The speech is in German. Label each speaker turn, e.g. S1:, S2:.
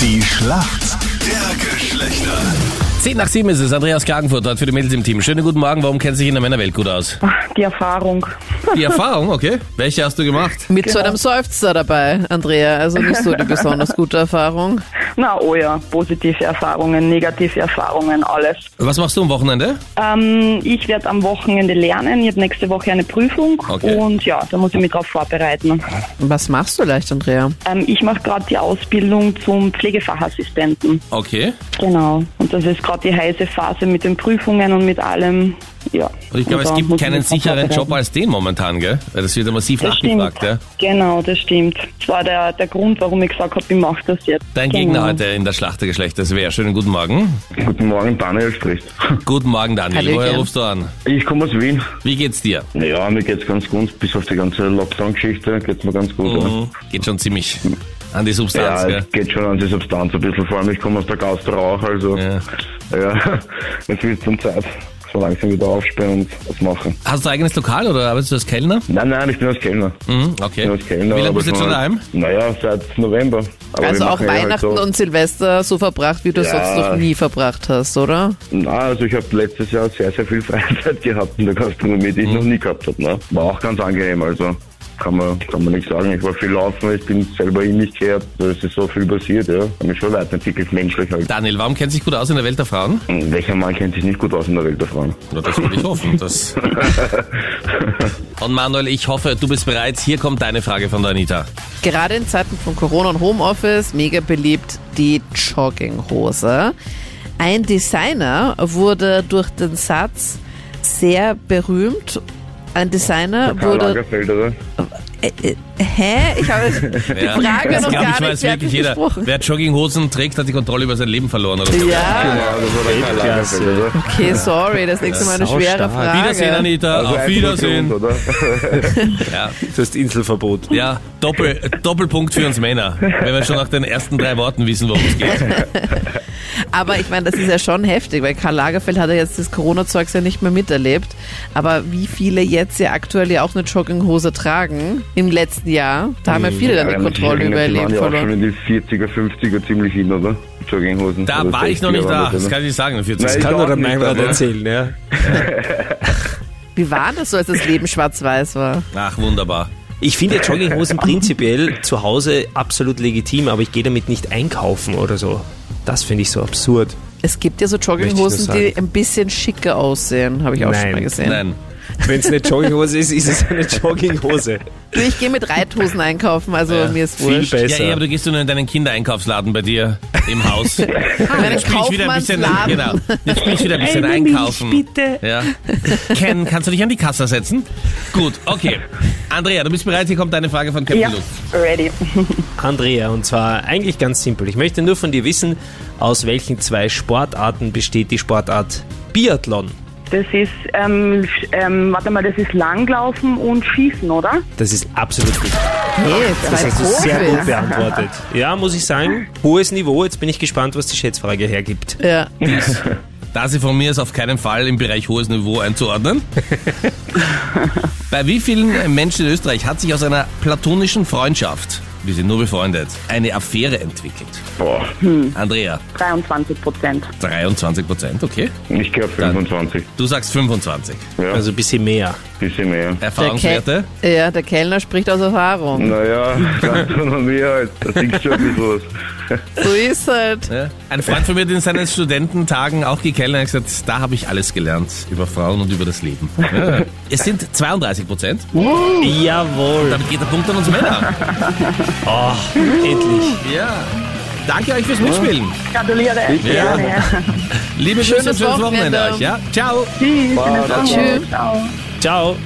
S1: Die Schlacht der Geschlechter.
S2: 10 nach 7 ist es. Andreas Klagenfurt dort für die Mädels im Team. Schönen guten Morgen. Warum kennst du dich in der Männerwelt gut aus?
S3: Die Erfahrung.
S2: Die Erfahrung, okay. Welche hast du gemacht?
S4: Mit
S5: Genau.
S4: so einem Seufzer dabei, Andrea. Also nicht so die besonders gute Erfahrung.
S3: Na, oh ja, positive Erfahrungen, negative Erfahrungen, alles.
S2: Was machst du am Wochenende?
S3: Ähm, ich werde am Wochenende lernen. Ich habe nächste Woche eine Prüfung.
S2: Okay.
S3: Und ja, da muss ich mich drauf vorbereiten.
S4: Was machst du leicht, Andrea?
S3: Ähm, ich mache gerade die Ausbildung zum Pflegefachassistenten.
S2: Okay.
S3: Genau. Und das ist gerade die heiße Phase mit den Prüfungen und mit allem. Ja.
S2: Und Also ich glaube,
S3: da
S2: es gibt
S3: muss ich
S2: keinen
S3: mich drauf
S2: sicheren
S3: vorbereiten.
S2: Job als den momentan, gell? Weil Das wird ja massiv
S3: Das stimmt.
S2: nachgefragt, ja.
S3: Genau, das stimmt. Das war der, der Grund, warum ich gesagt habe, ich mache das jetzt.
S2: Dein
S3: genau.
S2: Gegner heute in der Schlacht der Geschlechter ist wer? Schönen guten Morgen.
S5: Guten Morgen, Daniel spricht.
S2: Guten Morgen, Daniel.
S4: Hallöchen.
S2: Woher rufst du an?
S5: Ich komme aus Wien.
S2: Wie geht's dir?
S5: Ja, mir geht's ganz gut. Bis auf die ganze Lockdown-Geschichte geht's mir ganz gut.
S2: Mhm. Geht schon ziemlich an die Substanz,
S5: Ja,
S2: gell?
S5: es geht schon an die Substanz ein bisschen. Vor allem, ich komme aus der Gastrauch, also
S2: Ja.
S5: ja. jetzt wird's dann Zeit. So langsam wieder aufsperren und was machen.
S2: Hast du ein eigenes Lokal oder arbeitest du als Kellner?
S5: Nein, nein, ich bin als Kellner.
S2: Mhm,
S5: Ich
S2: okay.
S5: bin als Kellner.
S2: Wie lange
S5: aber
S2: bist du jetzt schon daheim?
S5: Naja, seit November. Aber
S4: also
S5: wir
S4: auch
S5: machen ja halt
S4: Weihnachten
S5: so-
S4: und Silvester so verbracht, wie du
S5: Ja.
S4: sonst noch nie verbracht hast, oder?
S5: Na, also ich habe letztes Jahr sehr, sehr viel Freizeit gehabt in der Gastronomie, die ich noch nie gehabt habe. Ne? War auch ganz angenehm, also kann man, kann man nicht sagen. Ich war viel laufen, ich bin selber in mich gehört, es ist so viel passiert, ja. Hab mich schon weiterentwickelt, menschlich halt.
S2: Daniel, warum kennt sich gut aus in der Welt der Frauen?
S5: Welcher Mann kennt sich nicht gut aus in der Welt der Frauen?
S2: Na, das würde ich hoffen. Das und Manuel, ich hoffe, du bist bereit. Hier kommt deine Frage von der Anita.
S4: Gerade in Zeiten von Corona und Homeoffice mega beliebt die Jogginghose. Ein Designer wurde durch den Satz sehr berühmt. Ein Designer
S5: Karl
S4: wurde.
S5: Lagerfeld, oder?
S4: Äh, äh, hä? Ich habe die
S2: Ja,
S4: Frage
S2: das
S4: noch
S2: glaub
S4: gar
S2: ich weiß
S4: nicht
S2: wirklich
S4: fertig
S2: jeder.
S4: gesprochen.
S2: Wer Jogginghosen trägt, hat die Kontrolle über sein Leben verloren. Oder so.
S4: Ja,
S5: Ja, das war der Karl Lagerfeld, oder?
S4: okay, sorry, das nächste Mal eine
S6: sau
S4: schwere
S6: stark.
S4: Frage.
S2: Wiedersehen, Anita. Auf
S5: ein
S2: Wiedersehen.
S5: Grund, oder?
S2: Ja,
S6: Das heißt Inselverbot.
S2: ja Doppel, Doppelpunkt für uns Männer. Wenn wir schon nach den ersten drei Worten wissen, worum es geht.
S4: Aber ich meine, das ist ja schon heftig, weil Karl Lagerfeld hat ja jetzt das Corona-Zeugs ja nicht mehr miterlebt. Aber wie viele jetzt ja aktuell ja auch eine Jogginghose tragen im letzten Jahr, da haben ja viele dann die
S5: Ja, man muss sich
S4: Kontrolle
S5: erinnern,
S4: über ihr
S5: die
S4: Leben
S5: waren ja auch schon
S4: verloren.
S5: in die 40er, 50er ziemlich hin, oder? Jogginghosen.
S2: Da
S5: Oder
S2: war ich noch
S5: 60er
S2: nicht
S5: waren
S2: da. Also Das ne?
S5: oder? ne?
S2: kann ich nicht sagen. Für
S5: Nein,
S6: Das
S5: ich
S6: kann nur
S5: auch
S6: der
S5: nicht,
S6: Meinrad
S5: aber-
S6: erzählen, ja.
S4: Wie war das so, als das Leben schwarz-weiß war?
S2: Ach, wunderbar.
S6: Ich finde Jogginghosen prinzipiell zu Hause absolut legitim, aber ich gehe damit nicht einkaufen oder so. Das finde ich so absurd.
S4: Es gibt ja so Jogginghosen,
S6: Möchte ich nur
S4: die ein bisschen schicker aussehen, habe ich auch schon
S6: Nein.
S4: mal gesehen.
S2: Nein.
S6: Wenn es eine Jogginghose ist, ist es eine Jogginghose.
S4: Du, ich gehe mit Reithosen einkaufen, also
S2: Ja,
S4: mir ist
S6: Viel
S4: wurscht.
S2: Ja,
S6: besser.
S2: ja, aber du gehst nur in deinen Kindereinkaufsladen bei dir im Haus.
S4: Meinen
S2: Jetzt bin ich wieder ein bisschen,
S4: Kaufmannsladen.
S2: genau, jetzt bin ich wieder ein bisschen einkaufen. bitte. Ja. Ken, kannst du dich an die Kasse setzen? Gut, okay. Andrea, du bist bereit, hier kommt deine Frage von Captain
S3: Ja,
S2: Luke.
S3: ready.
S6: Andrea, und zwar eigentlich ganz simpel. Ich möchte nur von dir wissen, aus welchen zwei Sportarten besteht die Sportart Biathlon?
S3: Das ist, ähm, sch- ähm, warte mal, das ist Langlaufen und Schießen, oder?
S6: Das ist absolut richtig.
S4: Hey, zwei
S6: Also sehr gut
S4: Profis.
S6: beantwortet. Ja, muss ich sagen, hohes Niveau. Jetzt bin ich gespannt, was die Schätzfrage hergibt.
S4: Ja.
S2: Da sie von mir ist auf keinen Fall im Bereich hohes Niveau einzuordnen. bei wie vielen äh, Menschen in Österreich hat sich aus einer platonischen Freundschaft, wir sind nur befreundet, eine Affäre entwickelt?
S5: Boah,
S2: Andrea,
S3: 23 Prozent.
S2: 23 Prozent, okay.
S5: ich gehöre 25,
S2: Du sagst 25.
S5: ja.
S6: Also ein bisschen mehr.
S5: bisschen mehr.
S4: Der,
S2: Erfahrungswerte?
S4: Ke ja, der Kellner spricht aus Erfahrung.
S5: Naja, Gastronomie halt, da kriegst du schon ein bisschen was.
S4: So ist halt.
S2: Ja. Ne? Ein Freund von mir hat in seinen Studententagen auch gekellert und hat gesagt, da habe ich alles gelernt über Frauen und über das Leben. Ja. Es sind 32 Prozent.
S6: Jawohl.
S2: Damit geht der Punkt an uns Männer.
S6: Oh, endlich.
S2: Ja. Danke euch fürs Mitspielen.
S3: Gratuliere.
S2: Ja. Liebe Grüße und
S4: Schönes
S2: schönes Wochenende
S4: Wochenende.
S2: euch. Ja. Ciao.
S3: Tschüss. Schönes Wochenende.
S4: Tschüss.
S3: Ciao.
S6: Ciao.